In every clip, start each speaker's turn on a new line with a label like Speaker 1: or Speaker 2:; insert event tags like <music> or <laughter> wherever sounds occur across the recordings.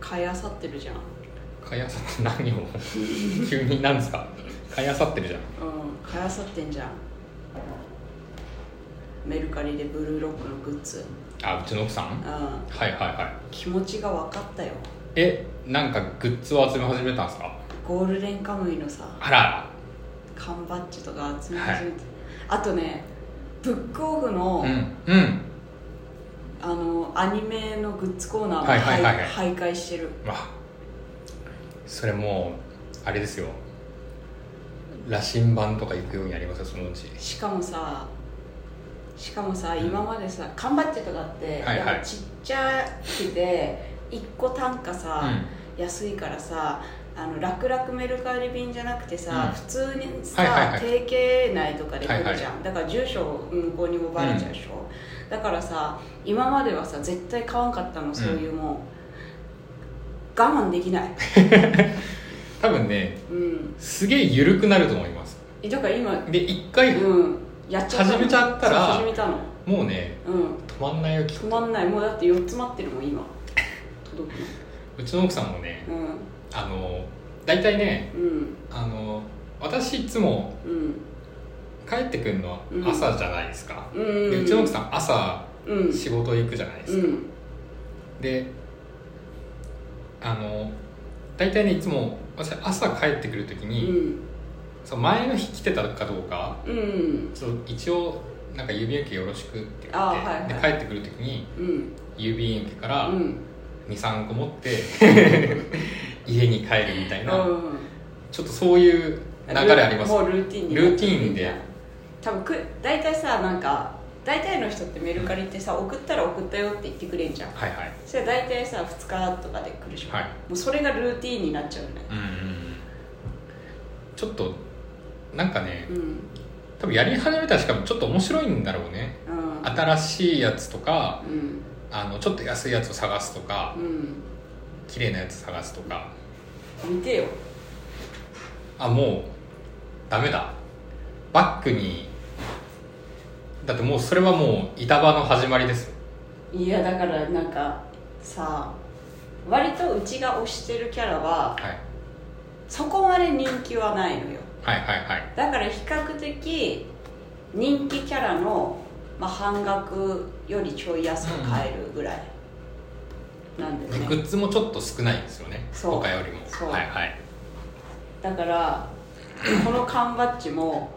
Speaker 1: 買いあさってるじゃん、うん、
Speaker 2: 買いあさって何を急になんですか買いあさってるじゃん
Speaker 1: 買いあさってんじゃんメルカリでブルーロックのグッズ
Speaker 2: あうちの奥さん
Speaker 1: う
Speaker 2: は
Speaker 1: ん
Speaker 2: いはいはい
Speaker 1: 気持ちが分かったよ
Speaker 2: えなんかグッズを集め始めたんですか
Speaker 1: ゴールデンカムイのさ
Speaker 2: あら
Speaker 1: 缶バッジとか集め始めて、あとねブックオフの、
Speaker 2: あらうんうん
Speaker 1: あのアニメのグッズコーナーも
Speaker 2: はいはいはいはい
Speaker 1: はい徘徊してる
Speaker 2: わそれもうあれですよ羅針盤とか行くようになりますよそのうち
Speaker 1: しかもさしかもさ今までさ缶バッジとかって、
Speaker 2: はいはい
Speaker 1: やっぱちっちゃくて1個単価さ、安いからさあの楽々メルカリ便じゃなくてさ、
Speaker 2: うん
Speaker 1: 普通にさ、
Speaker 2: はいはいは
Speaker 1: 定型内とかで来るじゃん、
Speaker 2: はいは
Speaker 1: だから住所向こうにもバレちゃうでしょ、だからさ今まではさ絶対買わんかったのそういうもん、我慢できない、
Speaker 2: 多分ね
Speaker 1: うん、
Speaker 2: すげえ緩くなると思います
Speaker 1: えだから今、
Speaker 2: で一回
Speaker 1: うん、やっちゃったの
Speaker 2: 始めちゃったら
Speaker 1: そう始めたの
Speaker 2: もうね
Speaker 1: うん
Speaker 2: 止まんないよきっ
Speaker 1: 止
Speaker 2: と
Speaker 1: まんないもうだって4つ待ってるもん今届く
Speaker 2: うちの奥さんもね
Speaker 1: の
Speaker 2: あの大体ね
Speaker 1: うんうん
Speaker 2: あの私いつも
Speaker 1: うん
Speaker 2: 帰ってくるのは
Speaker 1: うん
Speaker 2: 朝じゃないですか、
Speaker 1: うん
Speaker 2: でうちの奥さん朝
Speaker 1: うん
Speaker 2: 仕事行くじゃないです
Speaker 1: う
Speaker 2: か、
Speaker 1: ん
Speaker 2: であの大体ねいつも私朝帰ってくる時
Speaker 1: う
Speaker 2: に、
Speaker 1: ん
Speaker 2: その前の日来てたかどうか
Speaker 1: うん
Speaker 2: ちょっと一応なんか郵便受けよろしくって言って、
Speaker 1: あはいはい
Speaker 2: で帰ってくる時に
Speaker 1: うん
Speaker 2: 郵便受けから
Speaker 1: うん
Speaker 2: 23個持って
Speaker 1: <laughs>
Speaker 2: 家に帰るみたいな、
Speaker 1: うん
Speaker 2: ちょっとそういう流れあります
Speaker 1: もうルーティンに
Speaker 2: ルーティンで
Speaker 1: 多分く大体さなんか大体の人ってメルカリってさ送ったら送ったよって言ってくれんじゃん
Speaker 2: はいはい
Speaker 1: それ大体さ2日とかで来るじゃん、
Speaker 2: はい
Speaker 1: もうそれがルーティンになっちゃうよね
Speaker 2: うんうんうんちょっとなんかね
Speaker 1: うん
Speaker 2: 多分やり始めたらしかもちょっと面白いんだろうね
Speaker 1: うん
Speaker 2: 新しいやつとか
Speaker 1: うん
Speaker 2: あのちょっと安いやつを探すとか
Speaker 1: う
Speaker 2: 綺麗なやつ探すとか
Speaker 1: ん見てよ
Speaker 2: あもうダメだバックにだってもうそれはもう板場の始まりですよ
Speaker 1: いやだからなんかさ割とうちが推してるキャラ
Speaker 2: は
Speaker 1: は
Speaker 2: い、
Speaker 1: そこまで人気はないのよ
Speaker 2: はいはいはい
Speaker 1: だから比較的人気キャラの、まあ、半額よりちょい安く買えるぐらいなんだよ
Speaker 2: グ
Speaker 1: ね
Speaker 2: ッズもちょっと少ないんですよね
Speaker 1: そう
Speaker 2: 他よりも
Speaker 1: そう
Speaker 2: はいはい
Speaker 1: だからこの缶バッジも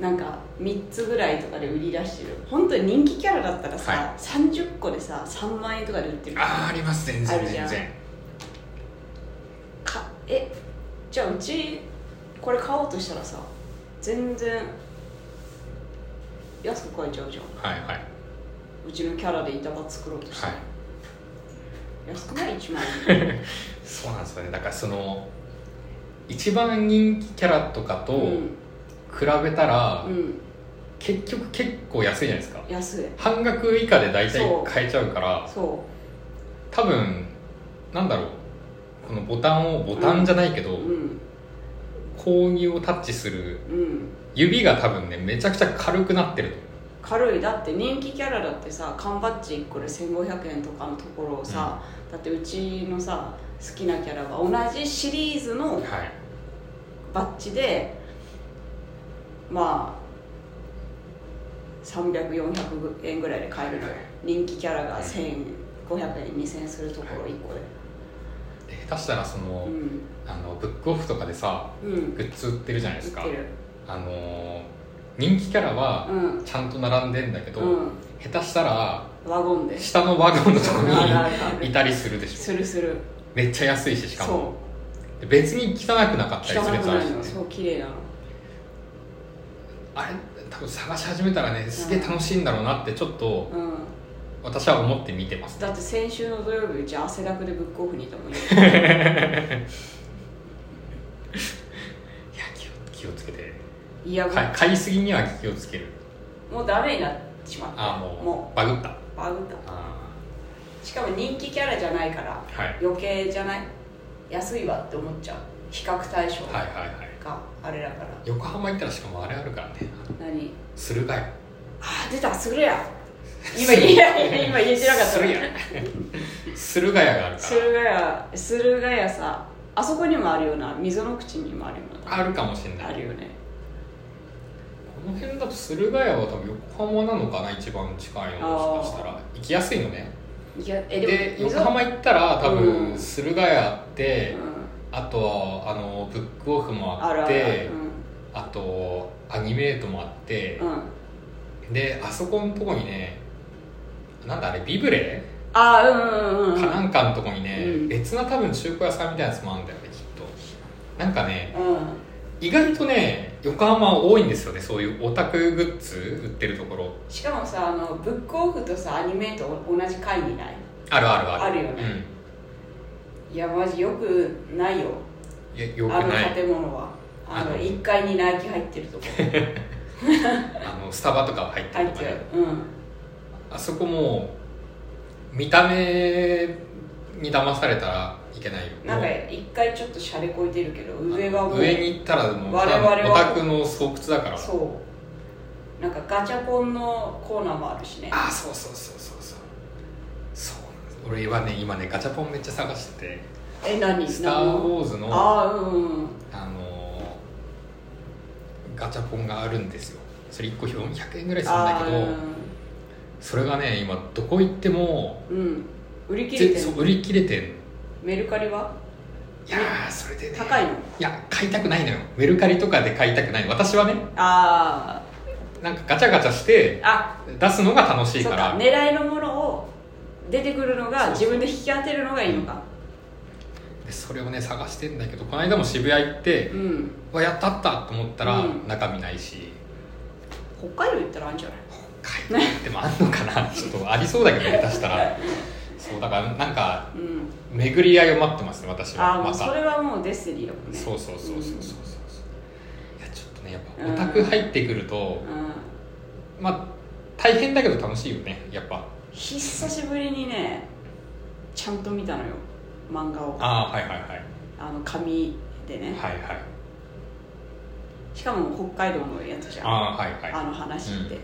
Speaker 1: なんか3つぐらいとかで売り出してる本当に人気キャラだったらさ、
Speaker 2: はい
Speaker 1: 30個でさ3万円とかで売ってる
Speaker 2: あーあります全
Speaker 1: あ
Speaker 2: 然
Speaker 1: るじ
Speaker 2: 全
Speaker 1: ゃん
Speaker 2: 然
Speaker 1: かえじゃあうちこれ買おうとしたらさ全然安く買えちゃうじゃん
Speaker 2: はいはいはいう
Speaker 1: ちのキャラで板場作ろうとしたら、安くない1万
Speaker 2: そうなんですよねだからその一番人気キャラとかと
Speaker 1: 円
Speaker 2: 比べたら、
Speaker 1: うん、うん、
Speaker 2: 結局結構安いじゃないですか
Speaker 1: 安い
Speaker 2: 半額以下で大体
Speaker 1: そう
Speaker 2: 買えちゃうから
Speaker 1: そ
Speaker 2: 多分なんだろうこのボタンをボタンじゃないけど、
Speaker 1: ううん
Speaker 2: 購入をタッチする
Speaker 1: うん
Speaker 2: 指が多分ねめちゃくちゃ軽くなってると思
Speaker 1: 軽いだって人気キャラだってさ缶バッジ1個で1500円とかのところをさ、だってうちのさ好きなキャラが同じシリーズの
Speaker 2: うはい
Speaker 1: バッジでまあ300400円ぐらいで買えるのよ人気キャラが1500円2000円するところ1個で
Speaker 2: で下手したらその,、
Speaker 1: うん
Speaker 2: あのブックオフとかでさ
Speaker 1: うん
Speaker 2: グッズ売ってるじゃないです
Speaker 1: 売
Speaker 2: か
Speaker 1: ってる
Speaker 2: あのー人気キャラは
Speaker 1: うん
Speaker 2: ちゃんと並んでんだけど、
Speaker 1: うん
Speaker 2: 下手したら
Speaker 1: ワゴンで
Speaker 2: 下のワゴンのとこ
Speaker 1: あるあるある
Speaker 2: にいたりするでし
Speaker 1: す
Speaker 2: ょ
Speaker 1: るする
Speaker 2: めっちゃ安いししかもで
Speaker 1: そ
Speaker 2: 別に汚くなかっ
Speaker 1: う
Speaker 2: たり
Speaker 1: 汚
Speaker 2: するや
Speaker 1: く
Speaker 2: つある
Speaker 1: ない
Speaker 2: しね
Speaker 1: のそう綺麗なの
Speaker 2: あれ多分探し始めたらねすげえ楽しいんだろうなってちょっと
Speaker 1: うん
Speaker 2: 私は思って見てます
Speaker 1: だって先週の土曜日うち汗だくでブックオフにいたもんね
Speaker 2: <laughs> いや気を気をつけて
Speaker 1: いやもう、
Speaker 2: 買い買いすぎには気をつける
Speaker 1: もうダメになってしまった
Speaker 2: ああもう
Speaker 1: も
Speaker 2: バグった
Speaker 1: うバグった
Speaker 2: あ
Speaker 1: しかも人気キャラじゃないから
Speaker 2: ーはい
Speaker 1: 余計じゃない安いわって思っちゃう比較対象
Speaker 2: はいはいはい
Speaker 1: があれだから、
Speaker 2: 横浜行ったらしかもあれあるからね
Speaker 1: 何
Speaker 2: 駿河屋
Speaker 1: あー出たすぐれや今言え今言えてなかった
Speaker 2: するや
Speaker 1: ね
Speaker 2: ん駿河屋があるから
Speaker 1: 駿河屋駿河屋さあそこにもあるような溝の口にもあるような
Speaker 2: あるかもしれな
Speaker 1: あ
Speaker 2: い
Speaker 1: るよね
Speaker 2: この辺だと駿河屋は多分横浜なのかな一番近いのもしかしたら行きやすいのね
Speaker 1: いやえ
Speaker 2: で
Speaker 1: も溝
Speaker 2: 横浜行ったら多
Speaker 1: うん
Speaker 2: 分駿河屋あって、
Speaker 1: うん
Speaker 2: あとはあのブックオフもあ
Speaker 1: あ
Speaker 2: っ
Speaker 1: るあ
Speaker 2: て
Speaker 1: る
Speaker 2: あとアニメートもあって
Speaker 1: う、ん、うん、
Speaker 2: であそこのとこにねなんだあれビブレ
Speaker 1: あーうんうんうんうん
Speaker 2: かなんかのとこにね、
Speaker 1: うん
Speaker 2: 別な多分中古屋さんみたいなやつもあるんだよねきっとなんかね
Speaker 1: うん
Speaker 2: 意外とね横浜は多いんですよねそういうオタクグッズ売ってるところ
Speaker 1: しかもさあのブックオフとさアニメと同じ回にない
Speaker 2: あるあるある
Speaker 1: あるよねいやマジよくないよ
Speaker 2: うんいやよく
Speaker 1: あの
Speaker 2: ない
Speaker 1: 建物はあ
Speaker 2: あ
Speaker 1: の
Speaker 2: の
Speaker 1: 1階にナイキ入ってるとこ
Speaker 2: あのスタバとか入って
Speaker 1: 入
Speaker 2: る
Speaker 1: っ
Speaker 2: とか
Speaker 1: て
Speaker 2: ね
Speaker 1: るうん
Speaker 2: あそこもう見た目に騙されたらいけないよ
Speaker 1: なんか
Speaker 2: もう
Speaker 1: 一回ちょっとシャレこいてるけど上がもう
Speaker 2: 上に行ったらもう
Speaker 1: 我々は
Speaker 2: ただのオタクの巣窟だから
Speaker 1: そうなんかガチャコンのコーナーもあるしね
Speaker 2: ああそうそうそうそうそうそうなんです俺はね今ねガチャポンめっちゃ探してて
Speaker 1: え何
Speaker 2: 「スター・
Speaker 1: 何の
Speaker 2: ウォーズの」
Speaker 1: ああうんうん
Speaker 2: あのーガチャポンがあるんですよそれ1個400円ぐらいするんだ
Speaker 1: あ
Speaker 2: け
Speaker 1: あ
Speaker 2: どそれがね今どこ行っても
Speaker 1: うんうん売り切れ
Speaker 2: ぜ
Speaker 1: てる
Speaker 2: そう売り切れてんの
Speaker 1: メルカリはい
Speaker 2: やーそれでね
Speaker 1: 高いの
Speaker 2: いや買いたくないのよメルカリとかで買いたくない私はね
Speaker 1: あ
Speaker 2: なんかガチャガチャして
Speaker 1: ああ
Speaker 2: 出すのが楽しい
Speaker 1: そう
Speaker 2: か
Speaker 1: から狙いのものを出てくるのが
Speaker 2: そう
Speaker 1: 自分で引き当てるのがいいのか
Speaker 2: でそれをね探してんだけどこの間も渋谷行って
Speaker 1: う、ん
Speaker 2: わやったったと思ったら
Speaker 1: うん
Speaker 2: 中身ないし、
Speaker 1: 北海道行ったらあるんじゃない
Speaker 2: 北海道でもあんのか
Speaker 1: <laughs>
Speaker 2: なちょっとありそうだけど下手したらそうだからなんか
Speaker 1: うん
Speaker 2: 巡り合いを待ってますね私
Speaker 1: あ
Speaker 2: は
Speaker 1: あも
Speaker 2: ま
Speaker 1: うそ
Speaker 2: た
Speaker 1: れはもうデスティニーだもんね
Speaker 2: そうそうそうそうそうそう
Speaker 1: うん
Speaker 2: いやちょっとねやっ
Speaker 1: う
Speaker 2: ぱオ
Speaker 1: ん
Speaker 2: タク入ってくると、
Speaker 1: うん
Speaker 2: まあ大変だけど楽しいよねやっぱ
Speaker 1: 久しぶりにねちゃんと見たのよ漫画を
Speaker 2: ああはいはいはいはい
Speaker 1: あの紙でね
Speaker 2: はい
Speaker 1: しかも北海道のやつじゃんあ
Speaker 2: ああはいはい
Speaker 1: の話って、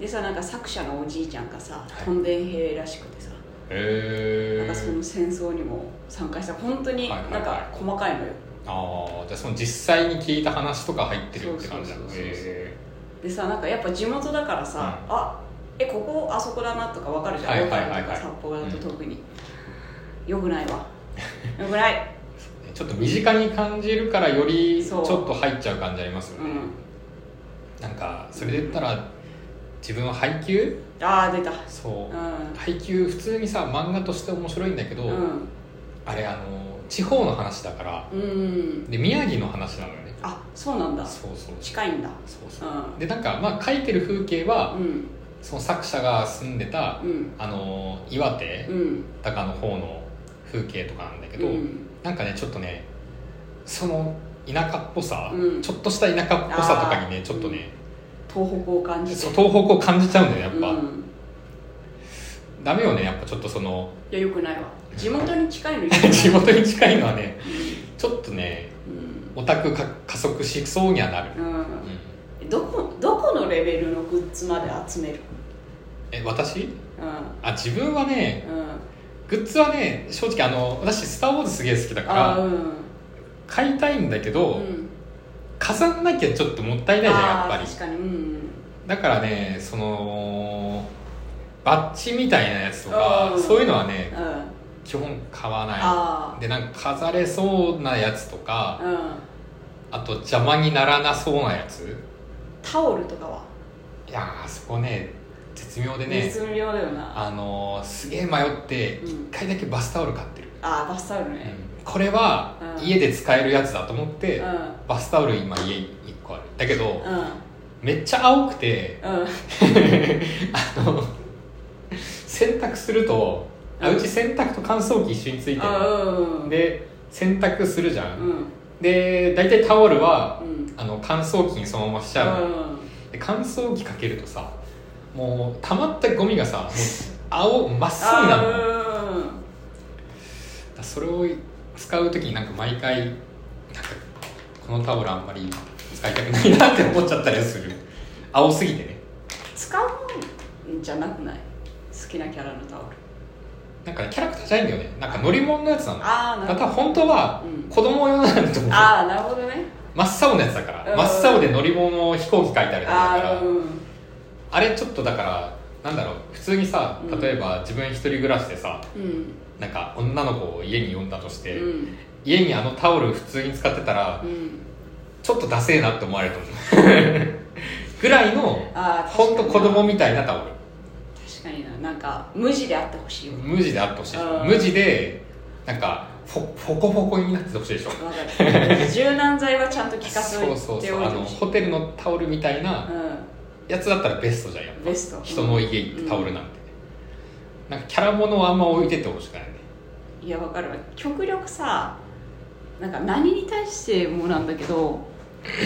Speaker 1: でさなんか作者のおじいちゃんがさ
Speaker 2: い
Speaker 1: トンデン兵らしくてさ、
Speaker 2: へ
Speaker 1: なんかそ
Speaker 2: え
Speaker 1: の戦争にも参加した本当に
Speaker 2: はいは
Speaker 1: なん
Speaker 2: いはい
Speaker 1: か細かいのよ、
Speaker 2: ああじゃあその実際に聞いた話とか入ってるって感じなの
Speaker 1: そうそうそうそう
Speaker 2: へ
Speaker 1: でさなんかやっぱ地元だからさ、
Speaker 2: う
Speaker 1: あえここあそこだなとかわかるじゃん、
Speaker 2: はいはいはいはい
Speaker 1: ローカルとか札幌だと特に、よくないわよくない
Speaker 2: <laughs> ーちょっと身近に感じるからよりち
Speaker 1: そ
Speaker 2: ょ
Speaker 1: う
Speaker 2: っと入っちゃう感じありますよ
Speaker 1: う
Speaker 2: ね、
Speaker 1: ん
Speaker 2: なんかそれで言ったら自分は配給
Speaker 1: ああ出た
Speaker 2: そうう、
Speaker 1: ん
Speaker 2: 配給普通にさ漫画として面白いんだけど、
Speaker 1: うん
Speaker 2: あれあの地方の話だから
Speaker 1: うん
Speaker 2: で宮城の話なのよね
Speaker 1: あそうなんだ
Speaker 2: そうそうそう
Speaker 1: 近いんだ
Speaker 2: そう
Speaker 1: う
Speaker 2: そうんでなんかまあ書いてる風景は、
Speaker 1: うん
Speaker 2: その作者が住んでた
Speaker 1: うん
Speaker 2: あの岩手
Speaker 1: うん
Speaker 2: とかの方の風景とかなんだけ
Speaker 1: う
Speaker 2: ど、
Speaker 1: ん
Speaker 2: なんかねちょっとねその田舎っぽさ、
Speaker 1: うん
Speaker 2: ちょっとした田舎っぽさとかに
Speaker 1: あ
Speaker 2: ね
Speaker 1: ー
Speaker 2: ちょっとね、
Speaker 1: 東北を感じて
Speaker 2: そう東北を感じちゃうんだよねやっぱ、
Speaker 1: うん、
Speaker 2: ダメよねやっぱちょっとその <laughs>
Speaker 1: いやよくないわ地元に近いのよ
Speaker 2: 地元に近いのはねちょっとね
Speaker 1: うん、
Speaker 2: オタクか加速しそうにはなる、
Speaker 1: うん
Speaker 2: うん
Speaker 1: どこどこのレベルのグッズまで集める
Speaker 2: え私
Speaker 1: うん
Speaker 2: あ自分はね
Speaker 1: うん
Speaker 2: グッズはね正直あの私「スター・ウォーズ」すげえ好きだか
Speaker 1: あー
Speaker 2: ら
Speaker 1: うん
Speaker 2: 買いたいんだけど、
Speaker 1: うん
Speaker 2: 飾んなきゃちょっともったいないじゃんやっぱ
Speaker 1: あー
Speaker 2: り
Speaker 1: 確かにうん
Speaker 2: だからねそのバッジみたいなやつとか
Speaker 1: うん
Speaker 2: そういうのはね
Speaker 1: うんあ
Speaker 2: 基本買わな
Speaker 1: あ
Speaker 2: いでなんか飾れそうなやつと
Speaker 1: ー
Speaker 2: か
Speaker 1: うん
Speaker 2: あと邪魔にならなそうなやつ
Speaker 1: タオルとかはい
Speaker 2: やーそこね絶妙でね
Speaker 1: 絶妙だよな
Speaker 2: あのーすげえ迷って
Speaker 1: うん
Speaker 2: 1回だけバスタオル買ってる、
Speaker 1: あーバスタオルね
Speaker 2: これは
Speaker 1: うん
Speaker 2: 家で使えるやつだと思っ
Speaker 1: う
Speaker 2: て
Speaker 1: ん
Speaker 2: バスタオル今家に1個あるだけど
Speaker 1: うん
Speaker 2: めっちゃ青くて
Speaker 1: うん
Speaker 2: あの洗濯するとあ
Speaker 1: うん
Speaker 2: うち洗濯と乾燥機一緒について
Speaker 1: あ
Speaker 2: る
Speaker 1: うんうん
Speaker 2: で洗濯するじゃ、
Speaker 1: うんん
Speaker 2: で大体タオルは
Speaker 1: うん
Speaker 2: あの乾燥機にそのまましちゃうのよ、
Speaker 1: うん
Speaker 2: で乾燥機かけるとさもう溜まったゴミがさもう青真っ青になるのだか
Speaker 1: あーうん
Speaker 2: らそれを使う時になんか毎回なんかこのタオルあんまり使いたくないなって思っちゃったりする青すぎてね
Speaker 1: 使うんじゃなくないきなキャラのタオル
Speaker 2: なんかねキャラクターじゃないんだよねなんか乗り物のやつなの
Speaker 1: ああな
Speaker 2: だ
Speaker 1: る
Speaker 2: から
Speaker 1: ほど
Speaker 2: 本当は
Speaker 1: うん
Speaker 2: 子供用なんだと思う
Speaker 1: ああなるほどね
Speaker 2: 真っ青のやつだか
Speaker 1: う
Speaker 2: ら
Speaker 1: ん
Speaker 2: 真っ青で乗り物飛行機描いてあるやつだか
Speaker 1: あ
Speaker 2: ら
Speaker 1: あうん
Speaker 2: あれちょっとだからなんだろう普通にさ
Speaker 1: うん
Speaker 2: 例えば自分一人暮らしでさ
Speaker 1: うん
Speaker 2: なんか女の子を家に呼んだとし
Speaker 1: う
Speaker 2: て、
Speaker 1: ん
Speaker 2: 家にあのタオル普通に使ってたら
Speaker 1: うん
Speaker 2: ちょっとダセえなって思われると思う
Speaker 1: <laughs>
Speaker 2: ぐらいの
Speaker 1: ああ
Speaker 2: ほんと子供
Speaker 1: 確
Speaker 2: みたいなタオル
Speaker 1: かにななんか無地であってほしいよね
Speaker 2: 無地であってほしいでしょ
Speaker 1: うん
Speaker 2: 無地でなんかフォフォコフォコになっててほしいでしょ
Speaker 1: わかる <laughs> 柔軟剤はちゃんと効かせ
Speaker 2: そ
Speaker 1: ておいう
Speaker 2: そう
Speaker 1: て
Speaker 2: そうあの
Speaker 1: ほしい
Speaker 2: ホテルのタオルみたいなやつだったらベストじゃんやっ
Speaker 1: うん
Speaker 2: ぱ
Speaker 1: ベスト
Speaker 2: 人の家行ってタオルなんて、なんかキャラものはあんま置いてってほしくないね
Speaker 1: いやわかるわ極力さなんか何に対してもなんだけど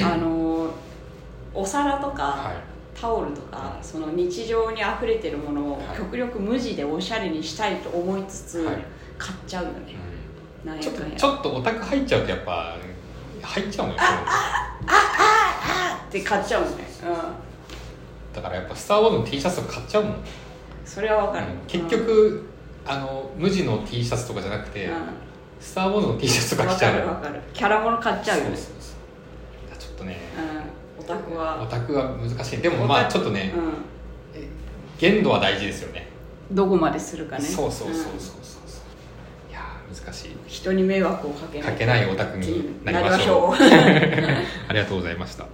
Speaker 1: あのお皿とか、
Speaker 2: はい
Speaker 1: タオルとかその日常に溢れてるものを
Speaker 2: はい
Speaker 1: 極力無地でおしゃれにしたいと思いつつ、
Speaker 2: はい
Speaker 1: 買っちゃうよね
Speaker 2: う
Speaker 1: なん
Speaker 2: ん、
Speaker 1: や
Speaker 2: ちょっ
Speaker 1: か
Speaker 2: と
Speaker 1: んや
Speaker 2: ちょっとオタク入っちゃうとやっぱ入っちゃうのよ
Speaker 1: って買っちゃうもんね、
Speaker 2: だからやっぱ「スター・ウォーズ」の T シャツとか買っちゃうもん
Speaker 1: うん、それはわかる、
Speaker 2: 結局あの無地の T シャツとかじゃなく
Speaker 1: う
Speaker 2: て
Speaker 1: んわ、
Speaker 2: スター・ウォーズの T シャツとか着ち
Speaker 1: か
Speaker 2: ゃう
Speaker 1: る
Speaker 2: の
Speaker 1: わかるキャラもの買っちゃうよ
Speaker 2: そう
Speaker 1: ね
Speaker 2: そうそうだからちょっとね
Speaker 1: うんオタク
Speaker 2: オ
Speaker 1: は、
Speaker 2: タクは難しいでもまあちょっとね
Speaker 1: う
Speaker 2: 限度は大事ですよね
Speaker 1: ん、どこまでするかね
Speaker 2: そうそうそうそう
Speaker 1: うん
Speaker 2: そうそういやー難しい <laughs>
Speaker 1: 人に迷惑をかけない
Speaker 2: かけないオタクになりましょう
Speaker 1: なりましょう
Speaker 2: ありがとうございました